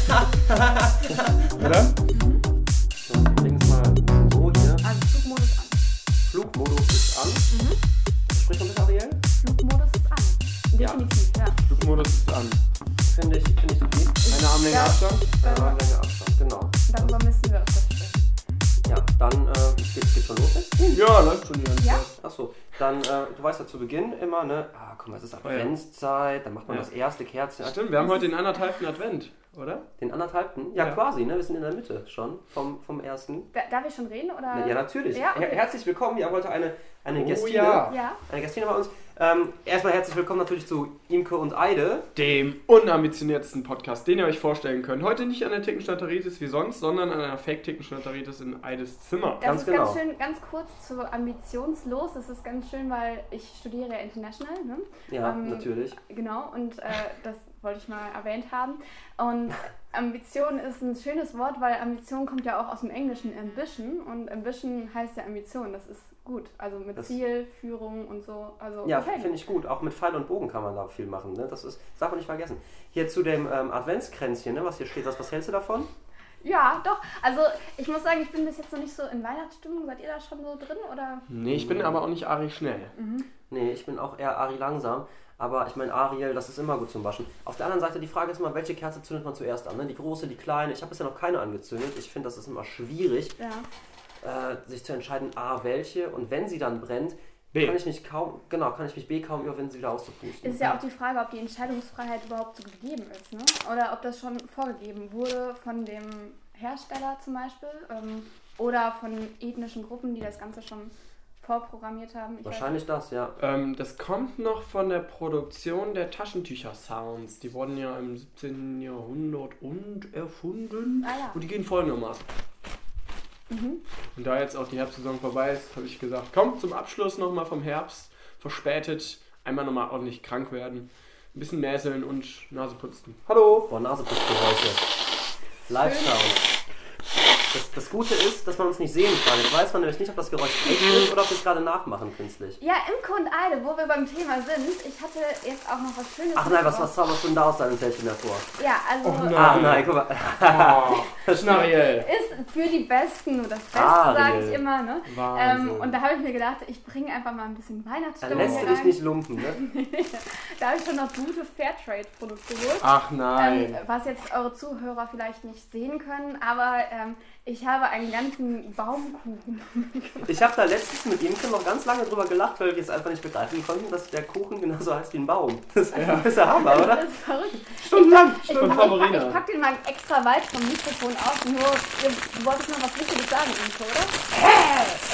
Also Flugmodus ist an. Mhm. Sprich mal mit Ariel. Flugmodus ist an. Ja. Definitiv, ja. Flugmodus ist an. Finde ich, finde ich okay. Eine Armlänge Ja. Abstand. Eine Ja. Armlänge Abstand, genau. Darüber müssen wir öfter sprechen. Ja, dann äh, geht's, geht's schon los jetzt? Ja, läuft schon die ganze Ja? Zeit. Achso, dann, äh, du weißt ja zu Beginn immer, ne? Ah, guck mal, es ist Adventszeit, dann macht man Ja. das erste Kerzchen. Ja, Stimmt, wir haben heute den anderthalbten Advent, oder? Den anderthalbten? Ja, Ja. quasi, ne? Wir sind in der Mitte schon vom, vom ersten. Da- Darf ich schon reden? Oder? Na, ja, natürlich. Ja, okay. Her herzlich willkommen. Wir haben heute eine, eine Oh Gästine. ja. Ja. Eine Gästine bei uns. Ähm, erstmal herzlich willkommen natürlich zu Imke und Eide. Dem unambitioniertesten Podcast, den ihr euch vorstellen könnt. Heute nicht an der Tickenstatteritis wie sonst, sondern an einer Fake-Tickenstatteritis in Eides Zimmer. Das Ganz ist genau. ganz schön, ganz kurz zu ambitionslos. Das ist ganz schön, weil ich studiere ja international, ne? Ja, Ähm, natürlich. Genau, und äh, das wollte ich mal erwähnt haben. Und Ambition ist ein schönes Wort, weil Ambition kommt ja auch aus dem Englischen Ambition und Ambition heißt ja Ambition, das ist gut. Also mit Das- Ziel, Führung und so. Also Ja, gefällt mir. finde ich gut. Auch mit Pfeil und Bogen kann man da viel machen. Ne? Das ist, das darf man nicht vergessen. Hier zu dem ähm, Adventskränzchen, ne? was hier steht, was, was hältst du davon? Ja, doch. Also ich muss sagen, ich bin bis jetzt noch nicht so in Weihnachtsstimmung. Seid ihr da schon so drin oder? Nee, ich bin aber auch nicht arisch schnell. Nee, ich bin auch eher Ari langsam. Aber ich meine, Ariel, das ist immer gut zum Waschen. Auf der anderen Seite, die Frage ist immer, welche Kerze zündet man zuerst an? Ne? Die große, die kleine? Ich habe bisher noch keine angezündet. Ich finde, das ist immer schwierig, Ja. äh, sich zu entscheiden, A, welche. Und wenn sie dann brennt, B. kann ich mich kaum, genau, kann ich mich B kaum überwinden, sie wieder auszupusten. Ist ja auch die Frage, ob die Entscheidungsfreiheit überhaupt so gegeben ist, ne? Oder ob das schon vorgegeben wurde von dem Hersteller zum Beispiel ähm, oder von ethnischen Gruppen, die das Ganze schon vorprogrammiert haben. Ich weiß- Wahrscheinlich das, ja. Ähm, das kommt noch von der Produktion der Taschentücher-Sounds. Die wurden ja im 17. Jahrhundert und erfunden. Ah ja. Und die gehen folgendermaßen. Mhm. Und da jetzt auch die Herbstsaison vorbei ist, habe ich gesagt, komm zum Abschluss nochmal vom Herbst, verspätet, einmal nochmal ordentlich krank werden, ein bisschen mäseln und Nase putzen. Hallo! Boah, Naseputzgeräusche. Live-Sound. Das, das Gute ist, dass man uns nicht sehen kann. Jetzt weiß man nämlich nicht, ob das Geräusch echt ist oder ob wir es gerade nachmachen künstlich. Ja, Imke und Eide, wo wir beim Thema sind, ich hatte jetzt auch noch was Schönes. Ach nein, was, was mitgebracht. zauberst du denn da aus deinem Täschchen hervor? Ja, also Oh nein. Ah nein, guck mal. Oh, Schnariel! ist für die Besten nur das Beste, Ah, sage ich Ariel. immer, ne? Wahnsinn. Ähm, und da habe ich mir gedacht, ich bringe einfach mal ein bisschen Dann Weihnachtsstimmung lässt du hier dich rein. nicht lumpen, ne? Da habe ich schon noch gute Fairtrade-Produkte geholt. Ach Ähm, nein! was jetzt eure Zuhörer vielleicht nicht sehen können, aber ähm, ich habe einen ganzen Baumkuchen. Ich habe da letztens mit Imke noch ganz lange drüber gelacht, weil wir es einfach nicht begreifen konnten, dass der Kuchen genauso heißt wie ein Baum. Das ist der Hammer, oder? Das ist verrückt. Stundenlang. Ich, Von ich, pack, Favorina. ich pack den mal extra weit vom Mikrofon auf, nur ihr, du wolltest noch was Wichtiges sagen, Info, oder?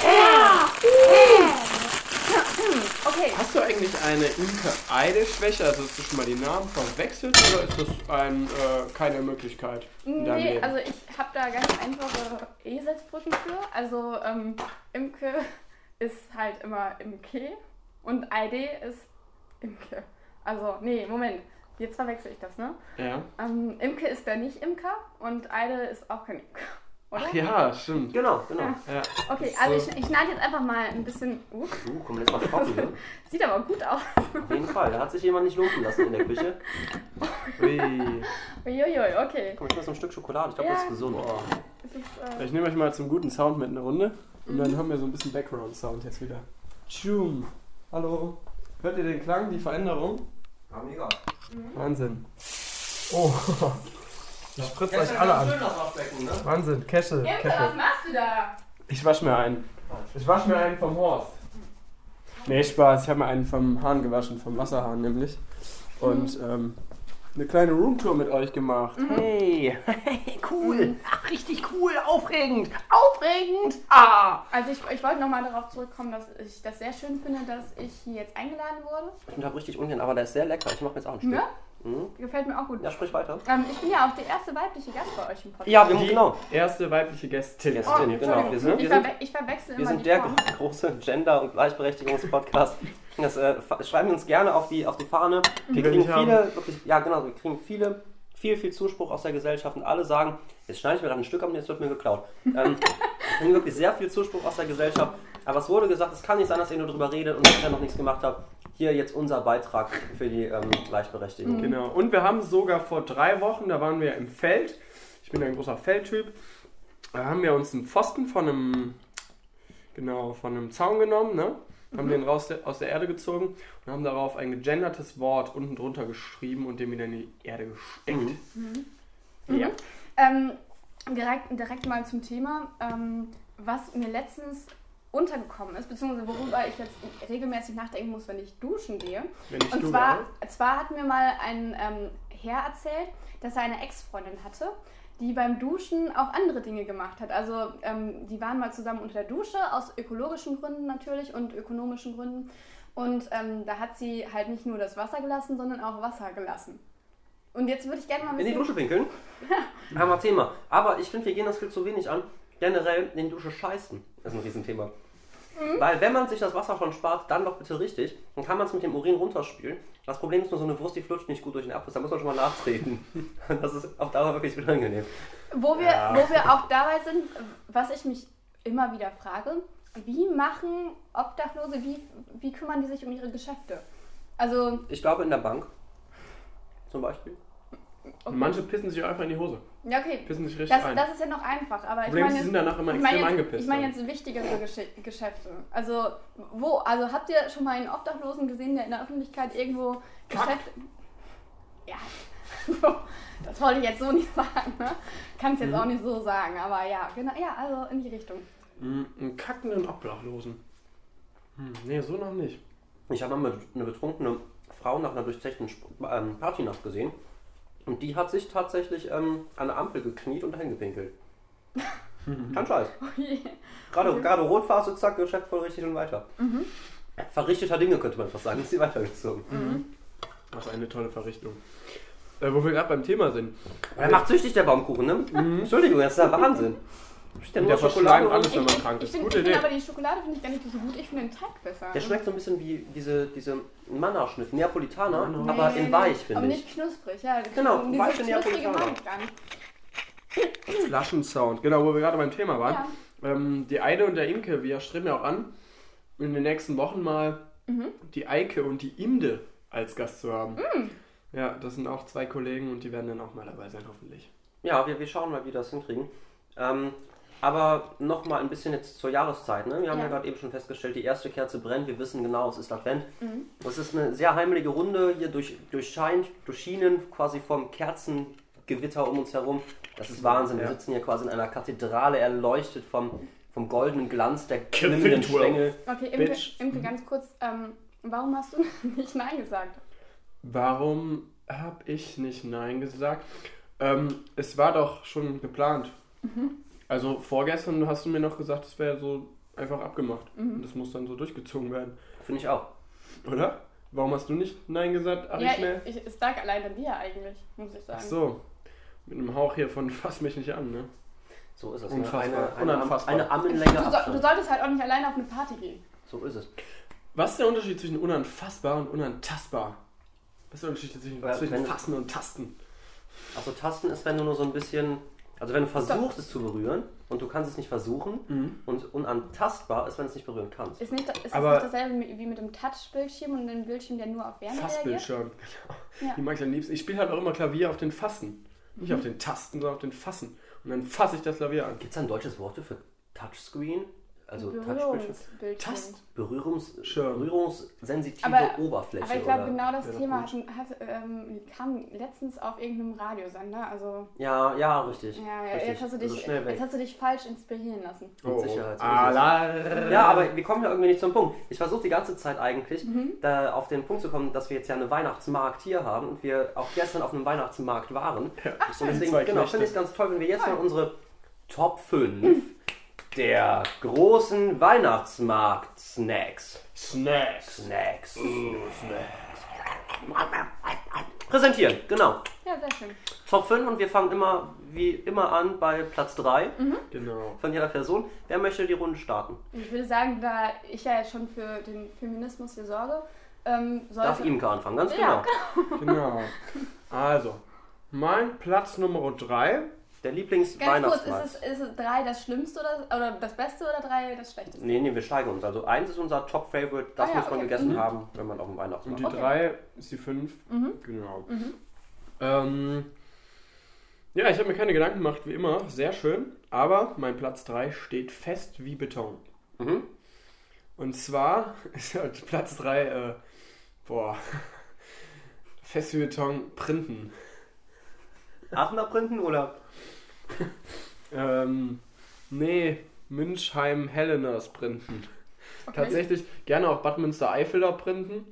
Okay, Hast du eigentlich eine Inke-Eide-Schwäche? Also hast du schon mal die Namen verwechselt oder ist das ein, äh, keine Möglichkeit? in deinem nee, Leben? also ich habe da ganz einfache Eselsbrücken für. Also ähm, Imke ist halt immer Imke und ID ist Imke. Also, nee, Moment, jetzt verwechsel ich das, ne? ja. Ähm, Imke ist der nicht Imker und Eide ist auch kein Imker. Oder? Ach ja, stimmt. Genau, genau. Ja. Okay, Das also ist so- ich, ich schneide jetzt einfach mal ein bisschen. Ups, Du, komm, jetzt mal stoppen, ne? sieht aber gut aus. Auf jeden Fall, da hat sich jemand nicht lumpen lassen in der Küche. Ui. Uiuiui, okay. Komm, ich mal so ein Stück Schokolade. Ich glaube, das ist Ja. gesund. Es ist, äh, Ich nehme euch mal zum guten Sound mit eine Runde und Mhm. dann haben wir so ein bisschen Background-Sound jetzt wieder. Tschum. Hallo. Hört ihr den Klang, die Veränderung? Ja, mega. Wahnsinn. Oh. Ich spritze euch alle an. das Waschbecken, ne? Wahnsinn. Kesche. Imke, was Kesche. machst du da? Ich wasch mir einen. Ich wasch mir einen vom Horst. Nee, Spaß. Ich habe mir einen vom Hahn gewaschen, vom Wasserhahn nämlich. Und Mhm. ähm, eine kleine Roomtour mit euch gemacht. Hey, hey, cool. Ach, richtig cool. Aufregend. Aufregend. Ah. Also ich, ich wollte nochmal darauf zurückkommen, dass ich das sehr schön finde, dass ich hier jetzt eingeladen wurde. Ich bin da richtig ungern, aber der ist sehr lecker. Ich mache jetzt auch ein Stück. Ja? Mhm. Gefällt mir auch gut. Ja, sprich weiter. Ähm, ich bin ja auch der erste weibliche Gast bei euch im Podcast. Ja, wir Die genau. erste weibliche Gästin. Gästin. Oh, genau. Entschuldigung. Wir sind- ich, wir sind- verwe ich verwechsel Wir immer sind die der Formen. gro- große Gender- und Gleichberechtigungs-Podcast. Das äh, fa- schreiben wir uns gerne auf die, auf die Fahne. Wir Will kriegen ich haben. viele, wirklich, ja genau, wir kriegen viele, viel, viel Zuspruch aus der Gesellschaft und alle sagen, jetzt schneide ich mir gerade ein Stück ab und jetzt wird mir geklaut. Ähm, wir kriegen wirklich sehr viel Zuspruch aus der Gesellschaft. Aber es wurde gesagt, es kann nicht sein, dass ihr nur drüber redet und bisher noch nichts gemacht habt. Hier jetzt unser Beitrag für die ähm, Gleichberechtigung. Mhm. Genau. Und wir haben sogar vor drei Wochen, da waren wir im Feld. Ich bin ein großer Feldtyp. Da haben wir uns einen Pfosten von einem genau, von einem Zaun genommen, ne? haben Mhm. den raus der, aus der Erde gezogen und haben darauf ein gegendertes Wort unten drunter geschrieben und dem wieder in die Erde gesteckt. Mhm. Ja. Ähm, direkt, direkt mal zum Thema, ähm, was mir letztens untergekommen ist, beziehungsweise worüber ich jetzt regelmäßig nachdenken muss, wenn ich duschen gehe. Wenn ich Und du zwar, ne? wäre. zwar hat mir mal ein ähm, Herr erzählt, dass er eine Ex-Freundin hatte, die beim Duschen auch andere Dinge gemacht hat. Also ähm, die waren mal zusammen unter der Dusche, aus ökologischen Gründen natürlich und ökonomischen Gründen. Und ähm, da hat sie halt nicht nur das Wasser gelassen, sondern auch Wasser gelassen. Und jetzt würde ich gerne mal ein In die bisschen... Dusche pinkeln? Haben wir Thema. Aber ich finde, wir gehen das viel zu wenig an. Generell in die Dusche scheißen ist ein Riesenthema. Weil wenn man sich das Wasser schon spart, dann doch bitte richtig. Dann kann man es mit dem Urin runterspülen. Das Problem ist nur so eine Wurst, die flutscht nicht gut durch den Abfluss. Da muss man schon mal nachtreten. Das ist auf Dauer wirklich unangenehm. Wo wir, Ja. wo wir auch dabei sind, was ich mich immer wieder frage, wie machen Obdachlose, wie, wie kümmern die sich um ihre Geschäfte? Also, Ich glaube in der Bank zum Beispiel. Und manche pissen sich einfach in die Hose, ja, okay, pissen sich richtig das, ein. das ist ja noch einfach, aber ich Problem ist, meine sie sind jetzt, danach immer ich extrem meine jetzt, angepisst. also. ich meine jetzt wichtigere Gesch- Geschäfte. Also, wo, also habt ihr schon mal einen Obdachlosen gesehen, der in der Öffentlichkeit irgendwo Geschäfte... Ja, so, das wollte ich jetzt so nicht sagen, ne? Kann Mhm. es jetzt auch nicht so sagen, aber ja, genau, ja, also in die Richtung. Mm, Einen kackenden Obdachlosen. Hm, nee, so noch nicht. Ich habe mal eine betrunkene Frau nach einer durchzechten Sp- ähm, Partynacht gesehen. Und die hat sich tatsächlich ähm, an der Ampel gekniet und dahin gepinkelt. Kein Scheiß. Gerade, gerade Rotphase, zack, Geschäft voll richtig und weiter. Verrichteter Dinge könnte man fast sagen, ist sie weitergezogen. Was eine tolle Verrichtung. Äh, wo wir gerade beim Thema sind. Aber er macht süchtig, der Baumkuchen, ne? Entschuldigung, das ist der Wahnsinn. Steht ja nur Der Schokolade verschlagen und- alles, wenn man Ich- krank Ich ist. finde Gute ich Idee. finde aber die Schokolade finde ich gar nicht so gut. Ich finde den Teig besser. Also Der schmeckt so ein bisschen wie diese, diese Mannerschnitt, Neapolitaner, Manner. aber in weich, Aber finde ich. nicht knusprig, ja. Genau, diese weiche knusprige Neapolitaner. mag ich gar nicht. Flaschensound, genau, wo wir gerade beim Thema waren. Ja. Ähm, die Eide und der Imke, wir streben ja auch an, in den nächsten Wochen mal die Eike und die Imde als Gast zu haben. Ja, das sind auch zwei Kollegen und die werden dann auch mal dabei sein, hoffentlich. Ja, wir, wir schauen mal, wie wir das hinkriegen. Ähm, aber nochmal ein bisschen jetzt zur Jahreszeit. Ne? Wir haben ja, Ja. gerade eben schon festgestellt, die erste Kerze brennt. Wir wissen genau, es ist Advent. Mhm. Es ist eine sehr heimelige Runde hier durch, durchscheint, durchschienen, quasi vom Kerzengewitter um uns herum. Das ist Wahnsinn. Wir Ja. sitzen hier quasi in einer Kathedrale, erleuchtet vom, vom goldenen Glanz der glimmenden Cathedral. Stängel. Okay, Imke, Bitch. Imke ganz kurz. Ähm, warum hast du nicht Nein gesagt? Warum habe ich nicht Nein gesagt? Ähm, es war doch schon geplant. Also vorgestern hast du mir noch gesagt, es wäre so einfach abgemacht. Und das muss dann so durchgezogen werden, Finde ich auch. oder? Warum hast du nicht Nein gesagt, Ari Schnell? ja, ich, ich, es lag allein an dir eigentlich, muss ich sagen. Ach so. Mit einem Hauch hier von fass mich nicht an, ne? So ist es. ne? Unfassbar. Eine, eine, eine, Unanfassbar. eine Du, Ammenlänge so, du Abstand. solltest halt auch nicht alleine auf eine Party gehen. So ist es. Was ist der Unterschied zwischen unanfassbar und unantastbar? Was ist der Unterschied zwischen, Ja, zwischen wenn- Fassen und Tasten? Also Tasten ist, wenn du nur so ein bisschen, also wenn du versuchst es zu berühren und du kannst es nicht versuchen und unantastbar ist, wenn du es nicht berühren kannst. Ist, nicht, ist Aber- das nicht dasselbe mi- wie mit dem Touch-Bildschirm und dem Bildschirm, der nur auf Wärme reagiert? Fassbildschirm, genau. Ja. Mhm. Die mag ich am liebsten. Ich spiele halt auch immer Klavier auf den Fassen. Nicht auf den Tasten, sondern auf den Fassen. Und dann fasse ich das Klavier an. Gibt es ein deutsches Wort für Touchscreen? Also Touchbildschirm? Berührungsbildschirm. Tast. Berührungs Schirm. berührungssensitive Aber- Oberfläche. Aber ich glaube, oder? genau das Ja, doch Thema gut. hat, hat, ähm, kam letztens auf irgendeinem Radiosender. Also, Ja, ja, richtig. ja, ja, richtig. jetzt, hast du dich, Also schnell weg. jetzt hast du dich falsch inspirieren lassen. Mit Oh, Sicherheit, so ist es. ah, Alarm. Ähm. Ja, aber wir kommen ja irgendwie nicht zum Punkt. Ich versuche die ganze Zeit eigentlich Mhm. da auf den Punkt zu kommen, dass wir jetzt ja einen Weihnachtsmarkt hier haben und wir auch gestern auf einem Weihnachtsmarkt waren. Ach, und deswegen Zwei genau, Knechte. finde ich es ganz toll, wenn wir jetzt mal unsere Top 5 der großen Weihnachtsmarkt-Snacks. Snacks. Snacks. Mhm. Präsentieren, genau. Ja, sehr schön. Top 5 und wir fangen immer wie immer an bei Platz 3 Mhm. Genau. von jeder Person. Wer möchte die Runde starten? Und ich würde sagen, da ich ja jetzt schon für den Feminismus hier sorge, ähm, sollte... Darf Imke anfangen, ganz Ja, genau. Genau. Also, mein Platz Nummer 3 Der Ganz kurz, Lieblingsweihnachtsmarkt. ist es, ist es drei das Schlimmste oder, oder das Beste oder drei das Schlechteste? Nee, nee, wir steigern uns. Also eins ist unser Top-Favorite, das Ah ja, muss man okay. gegessen Mhm. haben, wenn man auf dem Und Weihnachtsmarkt die ist. Okay. Mhm. 3 ist die 5. Genau. Ähm, ja, ich habe mir keine Gedanken gemacht, wie immer. Sehr schön. Aber mein Platz 3 steht fest wie Beton. Mhm. Und zwar ist halt Platz 3, äh, boah, Festivalton Printen. Aachener Printen oder? Ähm, nee, Münchheim Heleners Printen. Okay. Tatsächlich gerne auch Bad Münstereifelder Printen.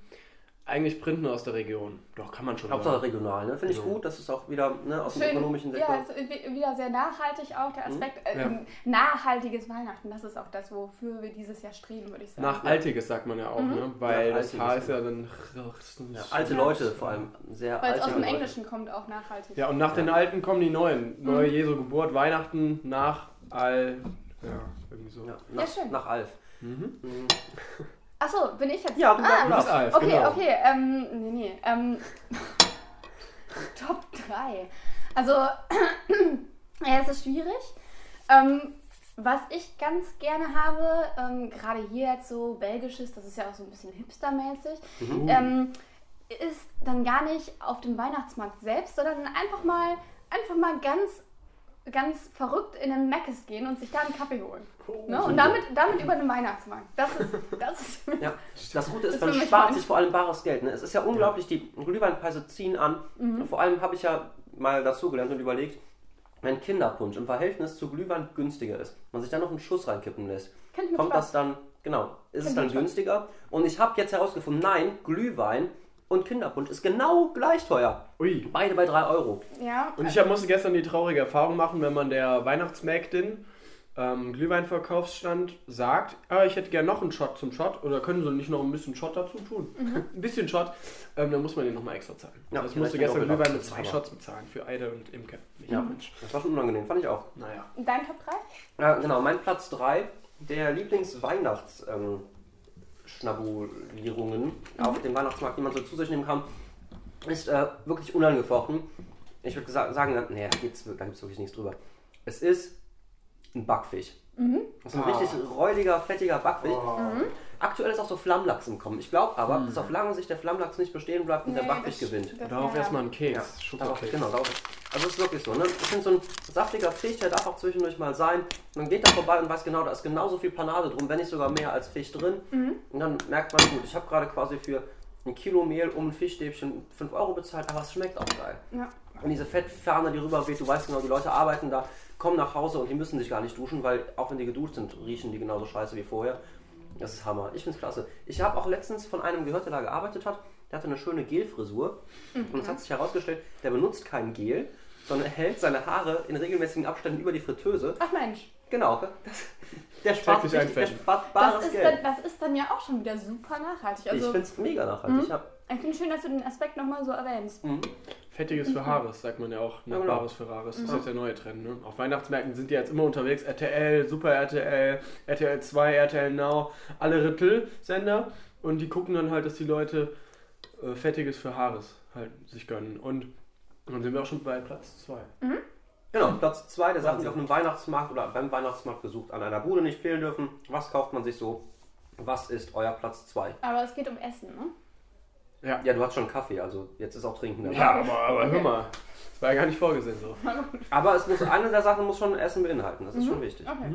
Eigentlich Printen aus der Region. Doch, kann man schon. Hauptsache sagen. regional, ne? Finde ich Ja. gut, das ist auch wieder ne, aus dem Schön. ökonomischen Sektor. Mhm. Ja, es ist wie- wieder sehr nachhaltig auch der Aspekt. Äh, Ja. ähm, Nachhaltiges Weihnachten, das ist auch das, wofür wir dieses Jahr streben, würde ich sagen. Nachhaltiges sagt man ja auch, ne? Weil das Nachhaltiges, Haar ist ja dann. Ja, alte Leute vor allem, sehr Weil alte es aus dem Leute. Englischen kommt auch nachhaltig. Ja, Mhm. und nach den Alten kommen die Neuen. Neue Jesu Geburt, Weihnachten, nach all. Ja, irgendwie so. Ja, nach, schön. nach Alf. Mhm. Achso, bin ich jetzt? Ja, du ah, darfst. Alf, Okay, genau. okay, ähm, nee, nee. Ähm, Top 3. Also, ja, es ist schwierig. Ähm, was ich ganz gerne habe, ähm, gerade hier jetzt so belgisches, das ist ja auch so ein bisschen hipstermäßig, ähm, ist dann gar nicht auf dem Weihnachtsmarkt selbst, sondern einfach mal, einfach mal ganz, ganz verrückt in den Meckes gehen und sich da einen Kaffee holen. Ne? Und damit, damit über den Weihnachtsmarkt. Das ist, das ist Ja, das Gute ist, Das man will mich spart meinen. sich vor allem bares Geld. Ne? Es ist ja unglaublich, die Glühweinpreise ziehen an. Mhm. Und vor allem habe ich ja mal dazu gelernt und überlegt, wenn Kinderpunsch im Verhältnis zu Glühwein günstiger ist, man sich dann noch einen Schuss reinkippen lässt, Kennt man kommt Spaß. das dann, genau, ist es Kennt dann man Spaß. günstiger? Und ich habe jetzt herausgefunden, nein, Glühwein und Kinderpunsch ist genau gleich teuer. Ui. Beide bei 3 Euro. Ja, Und ich hab, musste gestern die traurige Erfahrung machen, wenn man der Weihnachtsmägdin ähm, Glühweinverkaufsstand sagt, ah, ich hätte gern noch einen Shot zum Shot oder können Sie nicht noch ein bisschen Shot dazu tun? ein bisschen Shot, ähm, dann muss man den nochmal extra zahlen. Ja, das die musste Rechnung gestern auch wieder. Glühwein mit zwei Aber- Shots bezahlen für Eide und Imke. Ja, das war schon unangenehm, fand ich auch. Naja. dein Top 3? Ja, genau, mein Platz 3 der Lieblingsweihnachts ähm, Schnabulierungen auf dem Weihnachtsmarkt, die man so zu sich nehmen kann, ist äh, wirklich unangefochten. Ich würde sagen, da, nee, da gibt es wirklich nichts drüber. Es ist ein Backfisch. Das ist ein Ah. richtig räudiger, fettiger Backfisch. Oh. Aktuell ist auch so Flammlachs im Kommen. Ich glaube aber, dass auf lange Sicht der Flammlachs nicht bestehen bleibt und der Backfisch gewinnt. Darauf erstmal ein Keks. Darauf, Schokokeks. genau, darauf. Also es ist wirklich so, ne? Ich finde so ein saftiger Fisch, der darf auch zwischendurch mal sein. Man geht da vorbei und weiß genau, da ist genauso viel Panade drum, wenn nicht sogar mehr als Fisch drin. Und dann merkt man, gut, ich habe gerade quasi für ein Kilo Mehl um ein Fischstäbchen 5 Euro bezahlt, aber es schmeckt auch geil. Ja. Und diese Fettferne, die rüberweht, du weißt genau, die Leute arbeiten da, kommen nach Hause und die müssen sich gar nicht duschen, weil auch wenn die geduscht sind, riechen die genauso scheiße wie vorher. Das ist Hammer. Ich find's klasse. Ich habe auch letztens von einem gehört, der da gearbeitet hat, der hatte eine schöne Gelfrisur. Und Mhm. es hat sich herausgestellt, der benutzt kein Gel, sondern hält seine Haare in regelmäßigen Abständen über die Fritteuse. Ach Mensch, Genau. Das, der spart Täglich sich, der einfetten. spart das bares ist, Geld. dann, das ist dann ja auch schon wieder super nachhaltig. ich Also, ich find's mega nachhaltig. Ich hab, finde schön, dass du den Aspekt nochmal so erwähnst. Fettiges für Haares, sagt man ja auch. Ja, Nach genau. Bares für Rares. Das ist jetzt der neue Trend. Ne? Auf Weihnachtsmärkten sind die jetzt immer unterwegs. RTL, Super RTL, RTL 2, RTL Now, alle Rittelsender. Und die gucken dann halt, dass die Leute äh, Fettiges für Haares halt sich gönnen. Und dann sind wir auch schon bei Platz 2. Genau, Platz 2 der Sachen, die auf einem Weihnachtsmarkt oder beim Weihnachtsmarkt gesucht an einer Bude nicht fehlen dürfen. Was kauft man sich so? Was ist euer Platz 2? Aber es geht um Essen, ne? Ja. Ja, du hast schon Kaffee, also jetzt ist auch Trinken dabei. aber, aber hör mal. Das war ja gar nicht vorgesehen so. Aber es muss, eine der Sachen muss schon Essen beinhalten, das ist schon wichtig. Okay.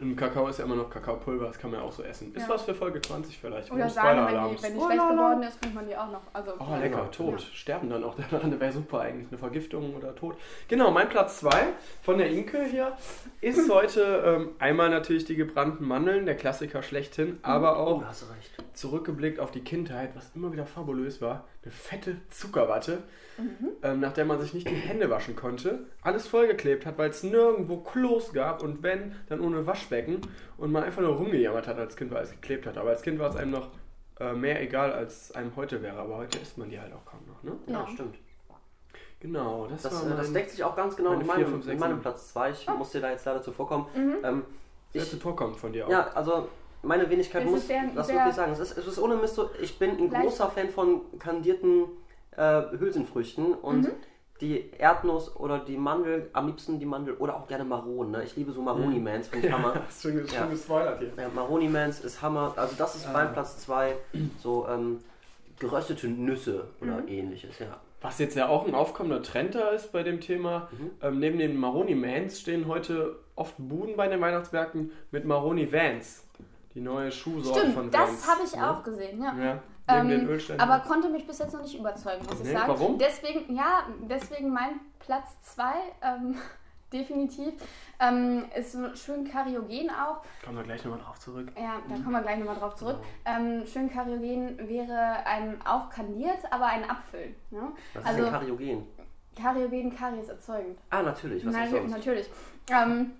Im Kakao ist ja immer noch Kakaopulver, das kann man ja auch so essen. Ist Ja. was für Folge 20 vielleicht. Oder ohne Sahne, wenn die, Spoiler-Alarms. wenn die schlecht geworden ist, kriegt man die auch noch. Also, Oh, Ja. lecker, tot. Sterben dann auch daran, wäre super eigentlich. Eine Vergiftung oder Tod. Genau, mein Platz 2 von der Inke hier ist heute ähm, einmal natürlich die gebrannten Mandeln, der Klassiker schlechthin, aber auch hast recht. zurückgeblickt auf die Kindheit, was immer wieder fabulös war, eine fette Zuckerwatte, Mhm. ähm, nach der man sich nicht die Hände waschen konnte, alles vollgeklebt hat, weil es nirgendwo Klos gab und wenn, dann ohne Waschbecken und man einfach nur rumgejammert hat als Kind, weil es geklebt hat. Aber als Kind war es einem noch äh, mehr egal, als einem heute wäre. Aber heute isst man die halt auch kaum noch, ne? Ja, Ja. stimmt. Genau, das, Das, war äh, mein... das deckt sich auch ganz genau meine mit vier, meinem, fünf, sechs, mit meinem sieben. Platz 2. Ich muss dir da jetzt leider zuvorkommen. Ähm, sehr ich, zuvorkommen von dir auch. ja, also meine Wenigkeit Es muss ist sehr- das sehr- wirklich sagen. Es ist, es ist ohne Mist so, ich bin ein Leicht- großer Fan von kandierten äh, Hülsenfrüchten und Mhm. die Erdnuss oder die Mandel, am liebsten die Mandel oder auch gerne Maronen. Ne? Ich liebe so Mhm. Maroni-Mans, finde ich Hammer. Hast du schon, schon Ja. gespoilert hier. Ja, Maroni-Mans ist Hammer. Also das ist Ah. mein Platz 2. So ähm, geröstete Nüsse Mhm. oder ähnliches, ja. Was jetzt ja auch ein aufkommender Trend da ist bei dem Thema, Mhm. ähm, neben den Maroni Mans stehen heute oft Buden bei den Weihnachtsmärkten mit Maroni Vans. Die neue Schuhsorte von Stimmt, Vans. das habe ich ne? auch gesehen, ja. Ja, Ähm, neben den Ölständen. aber konnte mich bis jetzt noch nicht überzeugen, muss ich Nee, sagen. warum? Deswegen, ja, deswegen mein Platz 2, ähm, definitiv. Ähm, ist so schön kariogen auch. Kommen wir gleich nochmal drauf zurück. Ja, da kommen wir gleich nochmal drauf zurück. Ähm, schön kariogen wäre ein auch kandiert, aber ein Apfel. Ne? Was ist denn Also Kariogen? kariogen, karies erzeugend. Ah, natürlich. Was ist Nein, sonst? natürlich. Ähm,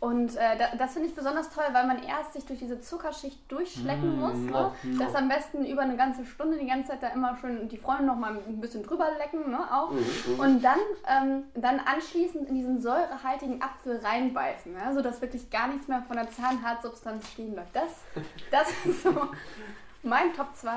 und äh, da, das finde ich besonders toll, weil man erst sich durch diese Zuckerschicht durchschlecken Mm, muss. Ne? mm. Das am besten über eine ganze Stunde die ganze Zeit da immer schön die Freunde noch mal ein bisschen drüber lecken, ne? Auch. Mhm, mhm. Und dann, ähm, dann anschließend in diesen säurehaltigen Apfel reinbeißen, ne? sodass wirklich gar nichts mehr von der Zahnhartsubstanz stehen bleibt. Das, das ist so mein Top 2,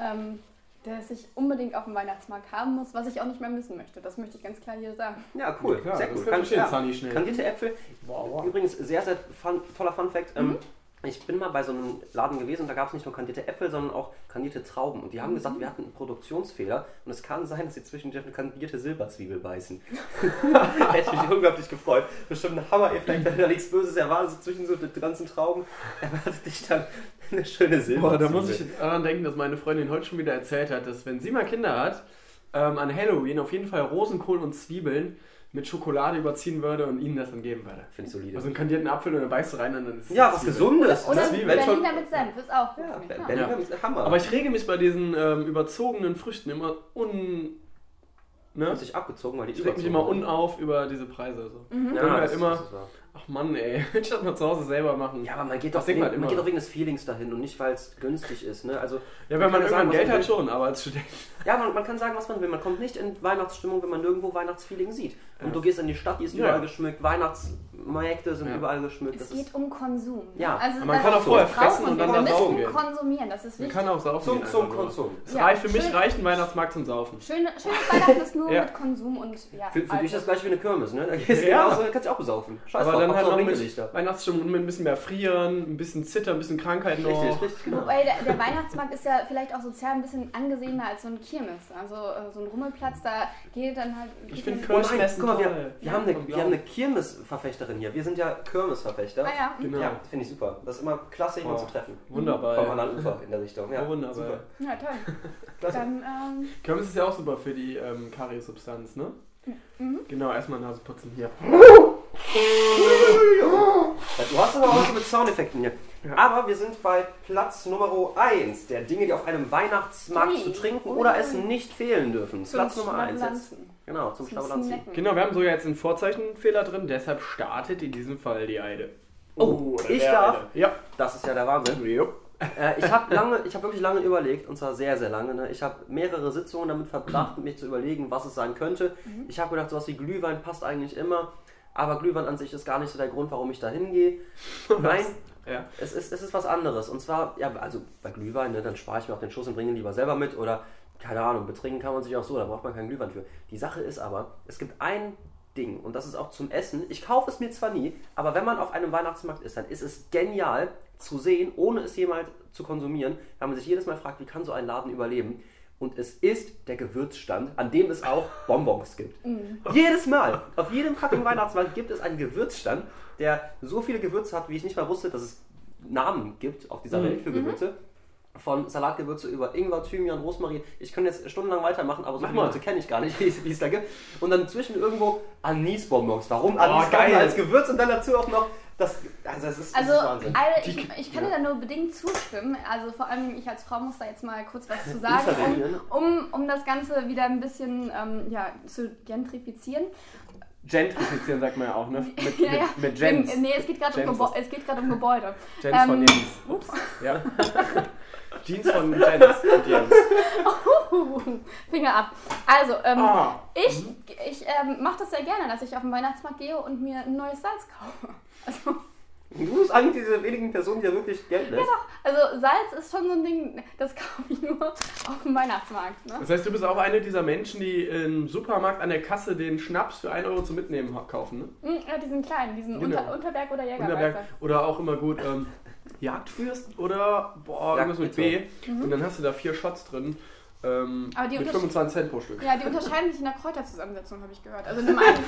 ähm, das ich unbedingt auf dem Weihnachtsmarkt haben muss, was ich auch nicht mehr missen möchte. Das möchte ich ganz klar hier sagen. Ja, cool. Ja, klar, sehr das gut. kann Kann, ich jetzt ja. auch nicht schnell. Kandierte Äpfel. Wow, Oh. wow. Übrigens, sehr, sehr fun, toller Fun-Fact. Mhm. Ähm, ich bin mal bei so einem Laden gewesen und da gab es nicht nur kandierte Äpfel, sondern auch kandierte Trauben. Und die Mhm. haben gesagt, wir hatten einen Produktionsfehler und es kann sein, dass sie zwischendurch eine kandierte Silberzwiebel beißen. Hätte mich unglaublich gefreut. Bestimmt ein Hammer-Effekt, wenn da nichts Böses erwartet, so zwischen so den ganzen Trauben erwartet dich dann eine schöne Boah, Silberzwiebel. da muss ich daran denken, dass meine Freundin heute schon wieder erzählt hat, dass wenn sie mal Kinder hat, ähm, an Halloween auf jeden Fall Rosenkohl und Zwiebeln mit Schokolade überziehen würde und ihnen das dann geben würde. Finde ich solide. Also einen kandierten Apfel und dann beißt du rein und dann ist es ja, was Zwiebel. Gesundes. Oder ne? wie, wenn Berliner schon- mit Senf ist auch gut. Ja, für mich, Ben- ja. Benjamin ist Hammer. Aber ich rege mich bei diesen ähm, überzogenen Früchten immer un... Ne? hat sich abgezogen, weil die Ich reg mich immer unauf über diese Preise. So. Mhm. Ja, Irgendwie halt das- immer- das ist wahr. Ach Mann, ey. Ich das mal zu Hause selber machen. Ja, aber man geht, Das doch denkt wegen, man man immer. geht doch wegen des Feelings dahin und nicht, weil es günstig ist. Ne? Also, Ja, wenn man kann ja sagen, irgendwann was Geld man hat will. schon, aber als Student... Ja, man, man kann sagen, was man will. Man kommt nicht in Weihnachtsstimmung, wenn man nirgendwo Weihnachtsfeeling sieht. Und du gehst in die Stadt, die ist Ja. überall geschmückt, Weihnachtsmärkte sind Ja. überall geschmückt. Das Es geht ist um Konsum. Ja, also aber man das kann auch ist vorher braucht man fressen und dann Wir da saugen gehen. müssen konsumieren, das ist Man wichtig. kann auch saufen zum, gehen zum einfach nur. Konsum. Es Ja, reicht, für mich schön. reicht ein Weihnachtsmarkt zum Saufen. Schöne, schönes Weihnachten ist nur Ja. mit Konsum und ja. Für, für dich ist das Alkohol. gleich wie eine Kirmes, ne? Da gehst du Ja. genauso, kannst du auch besaufen. Scheiß Aber dann Hauptsache halt noch Ringgesichter. mit Weihnachtsstimmung mit ein bisschen mehr Frieren, ein bisschen Zittern, ein bisschen Krankheit noch. Richtig, richtig, genau. Wobei der, der Weihnachtsmarkt ist ja vielleicht auch sozial ein bisschen angesehener als so ein Kirmes. Also äh, so ein Rummelplatz, da geht dann halt. Ich geht bin dann- Oh nein, Kirmesmessen guck mal, wir, toll. wir, haben eine, wir Unglaublich. haben eine Kirmesverfechterin hier. Wir sind ja Kirmesverfechter. Ah ja. Genau. Ja, finde ich super. Das ist immer klasse, jemanden Wow. zu treffen. Wunderbar. Vom anderen Ufer in der Richtung. Ja, Oh, wunderbar. super. Ja, toll. Klasse. Dann, ähm, Kirmes ist ja auch super für die ähm, Kariessubstanz, ne? Mhm. Genau, erstmal Nase putzen hier. Du hast aber auch so mit Soundeffekten hier. Aber wir sind bei Platz Nummer 1 der Dinge, die auf einem Weihnachtsmarkt Ui. zu trinken Ui. oder essen nicht fehlen dürfen. zum Platz Nummer 1 jetzt. Schnabulanzen. Genau, zum Zum Schlabulanzen. Snacken. Genau, wir haben sogar jetzt einen Vorzeichenfehler drin, deshalb startet in diesem Fall die Eide. Oh, oder ich der darf? Eide. Ja. Das ist ja der Wahnsinn. Jo. Äh, ich habe lange, ich habe wirklich lange überlegt, und zwar sehr, sehr lange. Ne? Ich habe mehrere Sitzungen damit verbracht, mich zu überlegen, was es sein könnte. Mhm. Ich habe gedacht, sowas wie Glühwein passt eigentlich immer. Aber Glühwein an sich ist gar nicht so der Grund, warum ich da hingehe. Nein, Ja. Es ist, es ist was anderes. Und zwar, ja, also bei Glühwein, ne, dann spare ich mir auch den Schuss und bringe ihn lieber selber mit. Oder, keine Ahnung, betrinken kann man sich auch so, da braucht man keinen Glühwein für. Die Sache ist aber, es gibt ein Ding und das ist auch zum Essen. Ich kaufe es mir zwar nie, aber wenn man auf einem Weihnachtsmarkt ist, dann ist es genial zu sehen, ohne es jemals zu konsumieren, weil man sich jedes Mal fragt, wie kann so ein Laden überleben. Und es ist der Gewürzstand, an dem es auch Bonbons gibt. Jedes Mal, auf jedem fucking Weihnachtsmarkt gibt es einen Gewürzstand, der so viele Gewürze hat, wie ich nicht mal wusste, dass es Namen gibt auf Mhm. dieser Welt für Gewürze. Von Salatgewürze über Ingwer, Thymian, Rosmarin. Ich könnte jetzt stundenlang weitermachen, aber so viele mal. Gewürze kenne ich gar nicht, wie es- wie es da gibt. Und dann zwischen irgendwo Anisbonbons. Oh, Warum Anis geil. als Gewürz und dann dazu auch noch das. Also, das ist, Also, das ist Wahnsinn. Alter, ich, ich kann dir da nur bedingt zustimmen. Also, vor allem ich als Frau muss da jetzt mal kurz was zu halt sagen, Intervenieren. um, um, um das Ganze wieder ein bisschen ähm, ja, zu gentrifizieren. Gentrifizieren sagt man ja auch, ne? Mit, Ja, ja. mit, mit Gens. Wegen- Nee, es geht gerade um, Gens Gebä es geht grad um Gebäude. Gens von Ähm, Jens. Ups. Ja. Jeans von Jens und Jens. Finger ab. Also, ähm, Ah. ich, ich ähm, mache das sehr gerne, dass ich auf den Weihnachtsmarkt gehe und mir ein neues Salz kaufe. Also, Du bist eine dieser wenigen Personen, die ja wirklich Geld lässt. also Salz ist schon so ein Ding, das kaufe ich nur auf dem Weihnachtsmarkt. Ne? Das heißt, du bist auch eine dieser Menschen, die im Supermarkt an der Kasse den Schnaps für 1 Euro zum Mitnehmen ha- kaufen, ne? Mm, Ja, diesen kleinen, diesen Genau. Unter Unterberg oder Wunderberg. Jägermeister. Oder auch immer gut, ähm, Jagdfürst oder boah, irgendwas mit B. Und dann hast du da vier Shots drin. ähm, Mhm. Aber die mit Unterschied- 25 Cent pro Stück. Ja, die unterscheiden sich in der Kräuterzusammensetzung, habe ich gehört. Also in dem einen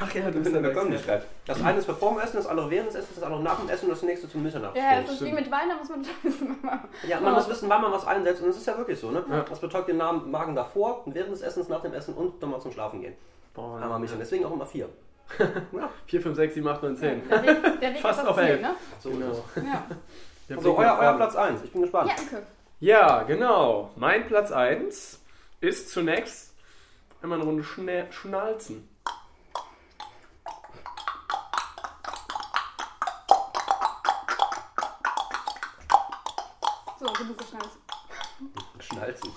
Ach ja, Das ist eine Bekömmlichkeit. Das eine ist vor vorm Essen, das andere während des Essens, das andere nach dem Essen und das nächste zum Mitternacht. Ja, das ist genau. wie stimmt. mit Wein, da muss man schon wissen. Ja, man muss wissen, wann man was einsetzt und das ist ja wirklich so. Ne? Ja. Das betäubt den Namen Magen davor, während des Essens, nach dem Essen und nochmal zum Schlafen gehen. Einmal Michel, deswegen auch immer vier. ja, 4, 5, 6, 7, 8, 9, 10. Der Weg, der Weg Fast ist das auf Ziel, elf. ne? so Genau. ist Ja. es. Der Also Blick euer, nach euer vorne. Platz 1, ich bin gespannt. ja, Imke. Ja, genau. Mein Platz 1 ist zunächst einmal eine Runde Schna Schnalzen. So, genug geschnalzt. Schnalzen.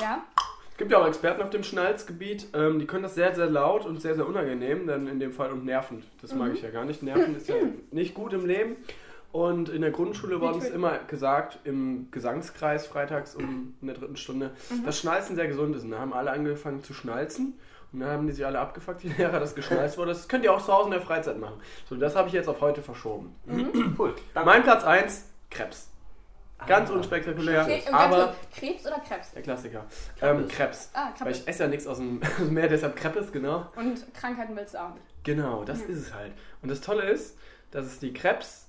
Ja, Es gibt ja auch Experten auf dem Schnalzgebiet, ähm, die können das sehr, sehr laut und sehr, sehr unangenehm, dann in dem Fall und nervend. Das mag ich ja gar nicht. Nerven ist ja nicht gut im Leben. Und in der Grundschule wurde uns immer gesagt, im Gesangskreis freitags um in der dritten Stunde, dass Schnalzen sehr gesund ist. Und da haben alle angefangen zu schnalzen. Und dann haben die sich alle abgefuckt, die Lehrer, dass geschnalzt wurde. Das könnt ihr auch zu Hause in der Freizeit machen. So, das habe ich jetzt auf heute verschoben. Mhm. Cool. Danke. Mein Platz 1, Krebs. Ganz Ah. unspektakulär, Krebs, aber ganz kurz, äh, Krebs oder Krebs? der Klassiker. Ähm, Krebs. Krebs. Ah, Weil Krebs. ich esse ja nichts aus dem Meer, deshalb Kreppes, genau. Und Krankheiten willst du auch nicht. Genau, das ist es halt. Und das Tolle ist, dass es die Krebs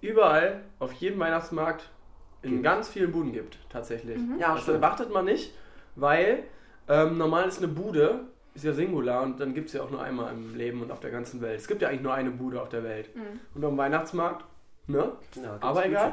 überall auf jedem Weihnachtsmarkt in Gibt. Mhm. ganz vielen Buden gibt, tatsächlich. Ja, das stimmt. erwartet man nicht, weil ähm, normal ist eine Bude, ist ja singular und dann gibt es ja auch nur einmal im Leben und auf der ganzen Welt. Es gibt ja eigentlich nur eine Bude auf der Welt. Und am Weihnachtsmarkt, ne? Ja, ganz Aber gut. egal.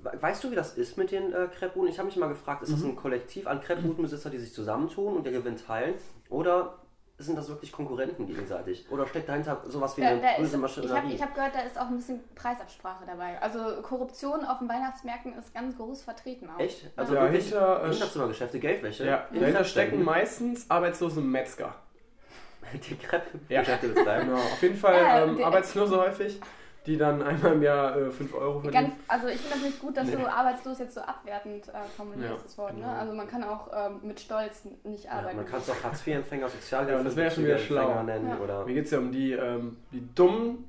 We- Weißt du, wie das ist mit den äh, Kreppbuden? Ich habe mich mal gefragt, ist Mhm. das ein Kollektiv an Kreppbudenbesitzer, die sich zusammentun und der Gewinn teilen? Oder sind das wirklich Konkurrenten gegenseitig? Oder steckt dahinter sowas wie Da, eine da ist, böse ich Maschinerie? habe ich hab gehört, da ist auch ein bisschen Preisabsprache dabei. Also Korruption auf den Weihnachtsmärkten ist ganz groß vertreten auch. Echt? Also Ja, wirklich hinter, äh, Hinterzimmergeschäfte, Geldwäsche. Ja, in dahinter Kreppständen. stecken meistens arbeitslose Metzger. Die Kreppgeschäfte Ja. betreiben. Genau, auf jeden Fall Ja, ähm, der- Arbeitslose häufig, die dann einmal im Jahr 5 Euro verdienen. Ganz, also ich finde das nicht gut, dass Nee. du arbeitslos jetzt so abwertend äh, formulierst, Ja, das Wort. Ne? genau. Also man kann auch ähm, mit Stolz nicht Ja, arbeiten. man kann es auch Hartz-IV-Empfänger, Sozialhilfe, Ja, das wäre schon wieder schlau. Sozialhilfeempfänger nennen. Ja. Oder Mir geht es ja um die, ähm, die dummen,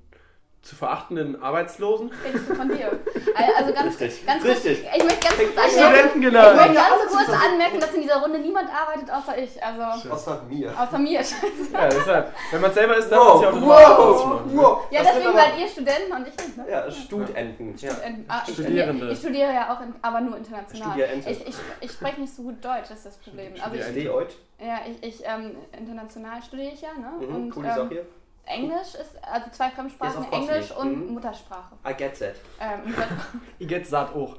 zu verachtenden Arbeitslosen. Redest du von dir? Al- Also ganz, Richtig. ganz Richtig. Kurz, ich möchte ganz kurz anmerken, ich Studentengeneral! möchte ganz Also kurz anmerken, dass in dieser Runde niemand arbeitet, außer ich. Also außer mir. außer mir. Scheiße. Ja, deshalb. Wenn man selber ist, darf man Wow, sich auch noch wow, machen. wow. Ja, Das sind deswegen aber- seid ihr Studenten und ich nicht. Ne? Ja, Studenten. Ja. Ähm, ah, ich Studierende. Studiere, ich studiere ja auch, in, aber nur international. Studierente. Ich, ich, ich spreche nicht so gut Deutsch, das ist das Problem. Also ich, Studierende. Deutsch. ja, ich, ich ähm, international studiere ich ja, ne? Mhm, und coole Sache ähm, hier. Englisch ist, also zwei Yes, Fremdsprachen, of course Englisch nicht. und Mhm. Muttersprache. I get that. Ähm, Muttersprache. Ich jetzt satt auch.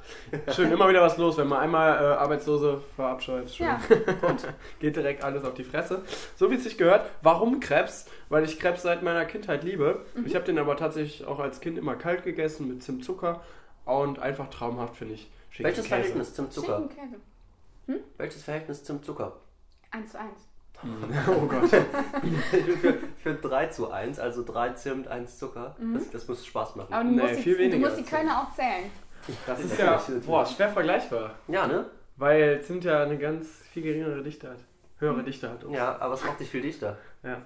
Schön, immer wieder was los, wenn man einmal äh, Arbeitslose verabscheut. Schön. ja, Geht direkt alles auf die Fresse. So wie es sich gehört. Warum Krebs? Weil ich Krebs seit meiner Kindheit liebe. Ich habe den aber tatsächlich auch als Kind immer kalt gegessen mit Zimtzucker und einfach traumhaft finde ich. Schicken Welches Käse. Verhältnis zum Zucker? Schinken, Käse. Welches Verhältnis zum Zucker? Eins zu eins. Oh Gott. Ich bin für, für 3 zu 1, also 3 Zimt, 1 Zucker. Das, das muss Spaß machen. Mhm. Aber du, Nee, musst, viel die, du weniger musst die als Kölner auch zählen. Das ist ja boah, schwer vergleichbar. Ja, ne? Weil Zimt ja eine ganz viel geringere Dichte hat. Höhere Dichte hat. Mhm. oh. Ja, aber es macht dich viel dichter. Ja.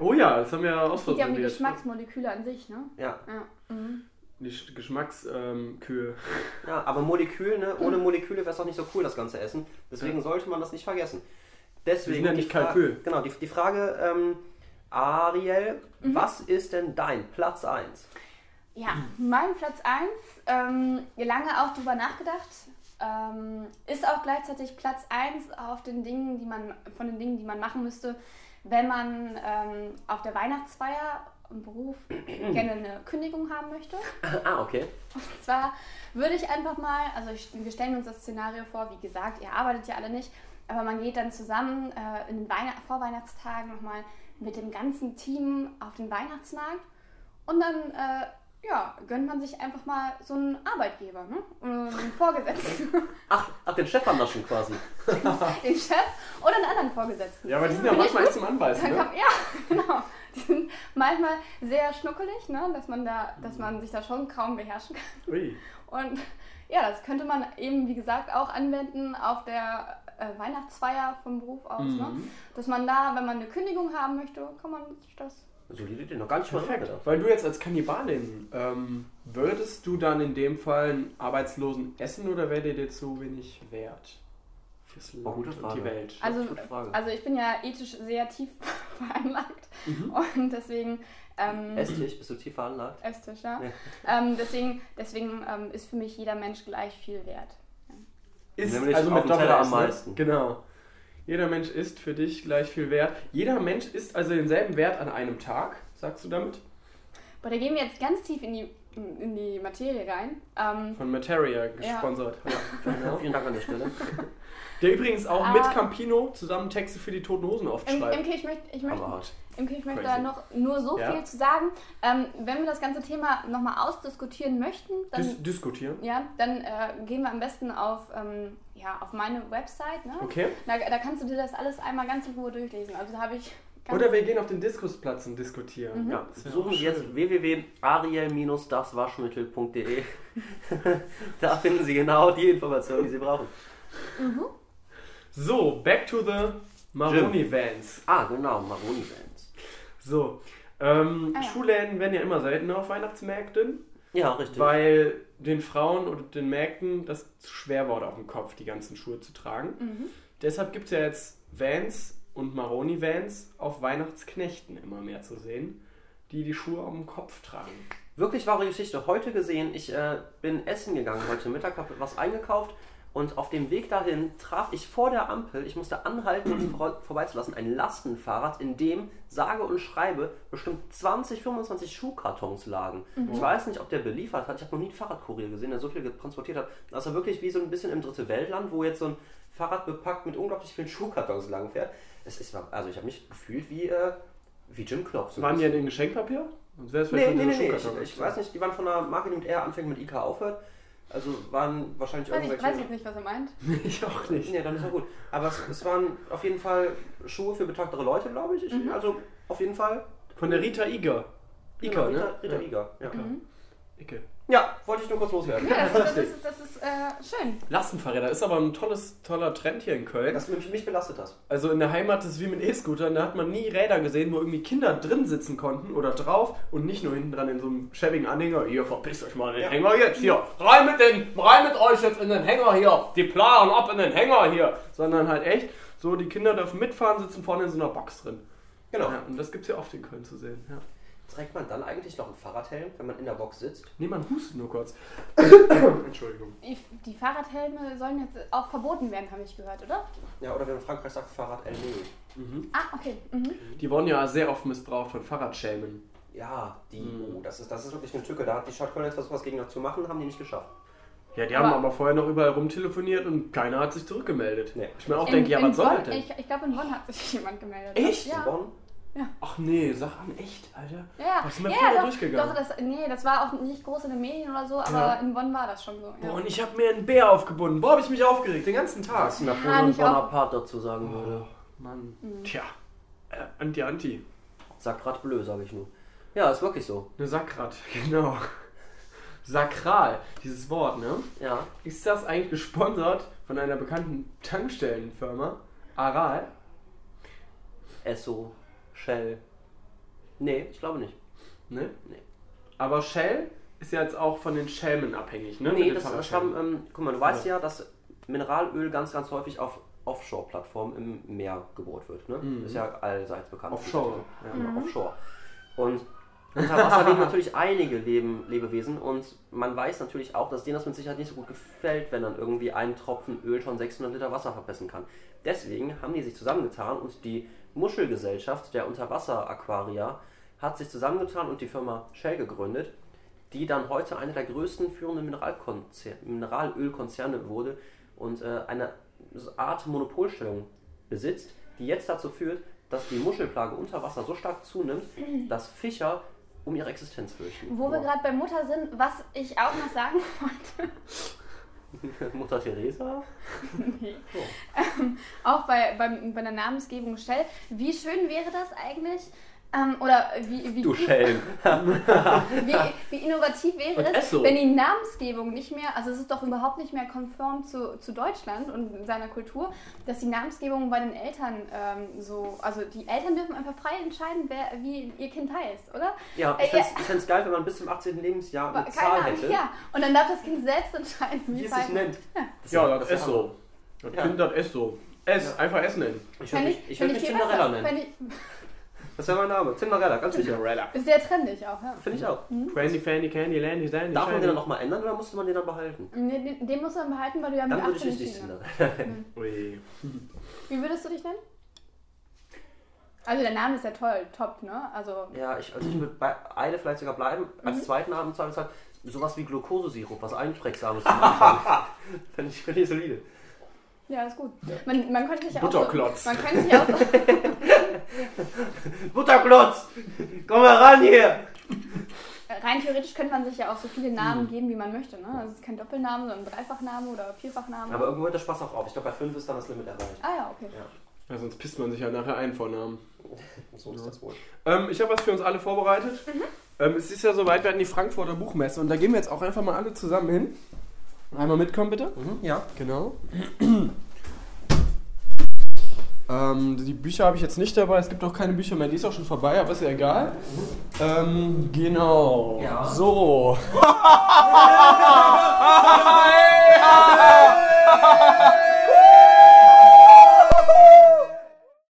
Oh ja, das haben wir ja Geht ja um die ausprobiert. Geschmacksmoleküle an sich, ne? Ja, Ja. Mhm. Die Sch- Geschmackskühe. ja aber Molekül, ne? Hm. Ohne Moleküle wäre es auch nicht so cool, das ganze Essen. Deswegen sollte man das nicht vergessen. Deswegen. Wir sind ja die nicht Fra- Kalkül. Genau, die, die Frage, ähm, Ariel, Mhm. was ist denn dein Platz 1? Ja, mein Platz 1, ähm, lange auch drüber nachgedacht, ähm, ist auch gleichzeitig Platz 1 auf den Dingen, die man, von den Dingen, die man machen müsste, wenn man ähm, auf der Weihnachtsfeier im Beruf gerne eine Kündigung haben möchte. Ah, okay. Und zwar würde ich einfach mal, also ich, wir stellen uns das Szenario vor, wie gesagt, ihr arbeitet ja alle nicht, aber man geht dann zusammen äh, in den Weihn Vorweihnachtstagen nochmal mit dem ganzen Team auf den Weihnachtsmarkt und dann äh, ja, gönnt man sich einfach mal so einen Arbeitgeber, ne? Oder so einen Vorgesetzten, Ach, ach den Chef annaschen quasi. den Chef oder einen anderen Vorgesetzten. Ja, aber die sind ja Bin ich manchmal echt zum Anbeißen, Dann ne? kam, ja, genau. Die sind manchmal sehr schnuckelig, ne? dass, man da, dass man sich da schon kaum beherrschen kann. Ui. Und ja, das könnte man eben, wie gesagt, auch anwenden auf der äh, Mhm. Weihnachtsfeier vom Beruf aus. Ne? Dass man da, wenn man eine Kündigung haben möchte, kann man sich das solide Idee, noch gar nicht mal Perfekt. nachgedacht. Weil du jetzt als Kannibalin, ähm, würdest du dann in dem Fall einen Arbeitslosen essen oder wäre dir dir zu wenig wert? Fürs Land gute und die Frage. Welt. Das ist Also, eine gute Frage. also ich bin ja ethisch sehr tief veranlagt Mhm. und deswegen Mhm. ähm, Ästlich, bist du tief veranlagt? Esstisch, ja. Ja. Ähm, deswegen deswegen ähm, ist für mich jeder Mensch gleich viel wert. Ist Nämlich also auf mit dem Teller Doppel-S, am ne? meisten. Genau. Jeder Mensch ist für dich gleich viel wert. Jeder Mensch ist also denselben Wert an einem Tag, sagst du damit? Boah, da gehen wir jetzt ganz tief in die, in die Materie rein. Ähm, Von Materia Ja. gesponsert. Ja. genau. Vielen Dank an der Stelle. Der übrigens auch mit Ah. Campino zusammen Texte für die Toten Hosen oft Im, schreibt. Imke, ich möchte, ich Aber möchte, hart. Imke, ich möchte Crazy. da noch nur so Ja. viel zu sagen. Ähm, wenn wir das ganze Thema nochmal ausdiskutieren möchten, dann Dis diskutieren. Ja, dann äh, gehen wir am besten auf, ähm, ja, auf meine Website. Ne? Okay. Da, da kannst du dir das alles einmal ganz in Ruhe durchlesen. Also da habe ich ganz Mhm. Oder wir gehen auf den Diskusplatz und diskutieren. Ja, Das wär suchen auch Sie jetzt schön. www.ariel-daswaschmittel.de. da finden Sie genau die Informationen, die Sie brauchen. So, back to the Maroni-Vans. Ah, genau, Maroni-Bands. So. Ähm, Ah ja. Schulläden werden ja immer seltener auf Weihnachtsmärkten. Ja, richtig. Weil den Frauen und den Mägden das zu schwer wurde auf dem Kopf, die ganzen Schuhe zu tragen. Mhm. Deshalb gibt es ja jetzt Vans und Maroni-Vans auf Weihnachtsknechten immer mehr zu sehen, die die Schuhe auf dem Kopf tragen. Wirklich wahre Geschichte. Heute gesehen, ich äh, bin essen gegangen heute Mittag, habe was eingekauft und auf dem Weg dahin traf ich vor der Ampel, ich musste anhalten, um ihn vor, vorbeizulassen, ein Lastenfahrrad, in dem sage und schreibe bestimmt 20, 25 Schuhkartons lagen. Ich weiß nicht, ob der beliefert hat. Ich habe noch nie einen Fahrradkurier gesehen, der so viel transportiert hat. Das war wirklich wie so ein bisschen im Dritte Weltland, wo jetzt so ein Fahrrad bepackt mit unglaublich vielen Schuhkartons langfährt. Es ist, also ich habe mich gefühlt wie, äh, wie Jim Knopf. so ein Waren die bisschen. in den Geschenkpapier? Sonst wäre es Nee, mit nee, einem nee, nee. Ich, Schuhkarton ich weiß nicht, die waren von einer Marke, die mit R anfängt, mit IK aufhört. Also waren wahrscheinlich Weiß ich, irgendwelche. weiß ich jetzt nicht, was er meint. Ich auch nicht. Nee, dann ist ja gut. Aber es, es waren auf jeden Fall Schuhe für betagtere Leute, glaube ich. ich Also auf jeden Fall. Von der Rita Iger. Iger, Genau, Rita, ne? Rita ja. Iger. Ja. Icke. ja, wollte ich nur kurz loswerden. Ja, das, das ist, das ist äh, schön. Lastenfahrräder ist aber ein tolles, toller Trend hier in Köln. Dass du mich, mich belastet hast. Also in der Heimat ist es wie mit E-Scootern, da hat man nie Räder gesehen, wo irgendwie Kinder drin sitzen konnten oder drauf und nicht nur hinten dran in so einem schäbigen Anhänger. Hier, verpisst euch mal in den Hänger jetzt hier. Rein mit, den, rein mit euch jetzt in den Hänger hier. Die plaren ab in den Hänger hier. Sondern halt echt, so die Kinder dürfen mitfahren, sitzen vorne in so einer Box drin. Genau. Ja, und das gibt's hier oft in Köln zu sehen. Ja. Trägt man dann eigentlich noch einen Fahrradhelm, wenn man in der Box sitzt? Nee, man hustet nur kurz. Entschuldigung. Die, die Fahrradhelme sollen jetzt auch verboten werden, habe ich gehört, oder? Ja, oder wenn man in Frankreich sagt, Fahrrad äh, LB. Ah, okay. Mhm. Die wurden ja sehr oft missbraucht von Fahrradschämen. Ja, die. Oh, das ist, das ist wirklich eine Tücke. Da hat die Stadt Köln jetzt versucht, was gegen das zu machen, haben die nicht geschafft. Ja, die haben Aber- aber vorher noch überall rumtelefoniert und keiner hat sich zurückgemeldet. Nee. Ich mir auch In- denke, ja, in was soll Bonn- das denn? Ich, ich glaube, in Bonn hat sich jemand gemeldet. Echt? In Ja. Bonn? Ach nee, sag an, echt, Alter. Ja, Da sind wir ja, früher doch, durchgegangen. Doch, das, nee, das war auch nicht groß in den Medien oder so, aber Ja. in Bonn war das schon so. Ja. Boah, und ich hab mir einen Bär aufgebunden. Boah, hab ich mich aufgeregt, den ganzen Tag. Was Napoleon nicht auch. Bonaparte dazu sagen würde. Oh, Mann. Tja. Äh, anti, anti. Sakrat bleu, sage ich nur. Ja, ist wirklich so. Ne Sakrat, genau. Sakral, dieses Wort, ne? Ja. Ist das eigentlich gesponsert von einer bekannten Tankstellenfirma? Aral? Esso, Shell. Nee, ich glaube nicht. Ne? Nee. Aber Shell ist ja jetzt auch von den Schelmen abhängig, ne? Mit Nee, den das, das haben, Fahrradschelmen. ähm, guck mal, du weißt ja, dass Mineralöl ganz, ganz häufig auf Offshore-Plattformen im Meer gebohrt wird. Ne? Ist ja allseits bekannt. Mhm. Offshore, Ja, Offshore. Und unter Wasser leben natürlich einige Leben, Lebewesen und man weiß natürlich auch, dass denen das mit Sicherheit nicht so gut gefällt, wenn dann irgendwie ein Tropfen Öl schon 600 Liter Wasser verpesten kann. Deswegen haben die sich zusammengetan und die Muschelgesellschaft der Unterwasser-Aquaria hat sich zusammengetan und die Firma Shell gegründet, die dann heute eine der größten führenden Mineralkonzer Mineralölkonzerne wurde und äh, eine Art Monopolstellung besitzt, die jetzt dazu führt, dass die Muschelplage unter Wasser so stark zunimmt, dass Fischer um ihre Existenz fürchten. Wo wir gerade bei Mutter sind, was ich auch noch sagen wollte, Mutter Teresa? auch bei, bei, bei der Namensgebung Shell, wie schön wäre das eigentlich, Ähm, oder wie, wie, Du wie, Schelm. wie innovativ Und wäre es, es so. wenn die Namensgebung nicht mehr, also es ist doch überhaupt nicht mehr konform zu, zu Deutschland und seiner Kultur, dass die Namensgebung bei den Eltern ähm, so, also die Eltern dürfen einfach frei entscheiden, wer, wie ihr Kind heißt, oder? Ja, Äh, ich fänd's, ich fänd's geil, wenn man bis zum 18. Lebensjahr eine Aber Zahl hätte, ja. Und dann darf das Kind selbst entscheiden, wie wie es es sich heißt. nennt. Ja, das wär ist Hammer. so. Das Ja. Kind, das ist so. S, einfach S nennen. Ich würde Fänd mich, ich fänd würd mich viel Cinderella besser. nennen. Fänd Das wäre mein Name. Cinderella, ganz sicher. Cinderella. ich, ist sehr trendig auch, ja. Finde ich auch. Brandy, Fanny, Candy, Landy, Sandy. Darf man Shiny. den dann nochmal ändern oder musste man den dann behalten? Nee, den, den musst du dann behalten, weil du ja mit Dann würde ich 18 mich nicht entschieden hast. Cinderella. Ui. Wie würdest du dich nennen? Also der Name ist ja toll, top, ne? Also Ja, ich, also ich würde bei Eile vielleicht sogar bleiben. Als zweiten Namen im Zweifelsfall sowas wie Glukosesirup, was Einprägsames. Finde ich, find ich solide. ja, ist gut. Man, man könnte sich auch Butterklotz. So, man könnte sich auch so, Butterklotz! Komm mal ran hier! rein theoretisch könnte man sich ja auch so viele Hm. Namen geben, wie man möchte, ne? Also es ist kein Doppelname, sondern Dreifachname oder Vierfachname. Aber irgendwo hört der Spaß auch auf. Ich glaube, bei 5 ist dann das Limit erreicht. ah ja, okay. Ja, sonst pisst man sich ja nachher ein vor Namen. So ist das wohl. Ähm, ich habe was für uns alle vorbereitet. Ähm, es ist ja soweit, wir hatten die Frankfurter Buchmesse und da gehen wir jetzt auch einfach mal alle zusammen hin. Einmal mitkommen bitte. ja. Genau. ähm, die Bücher habe ich jetzt nicht dabei, es gibt auch keine Bücher mehr, die ist auch schon vorbei, aber ist ja egal. Mhm. Ähm, genau. Ja. So.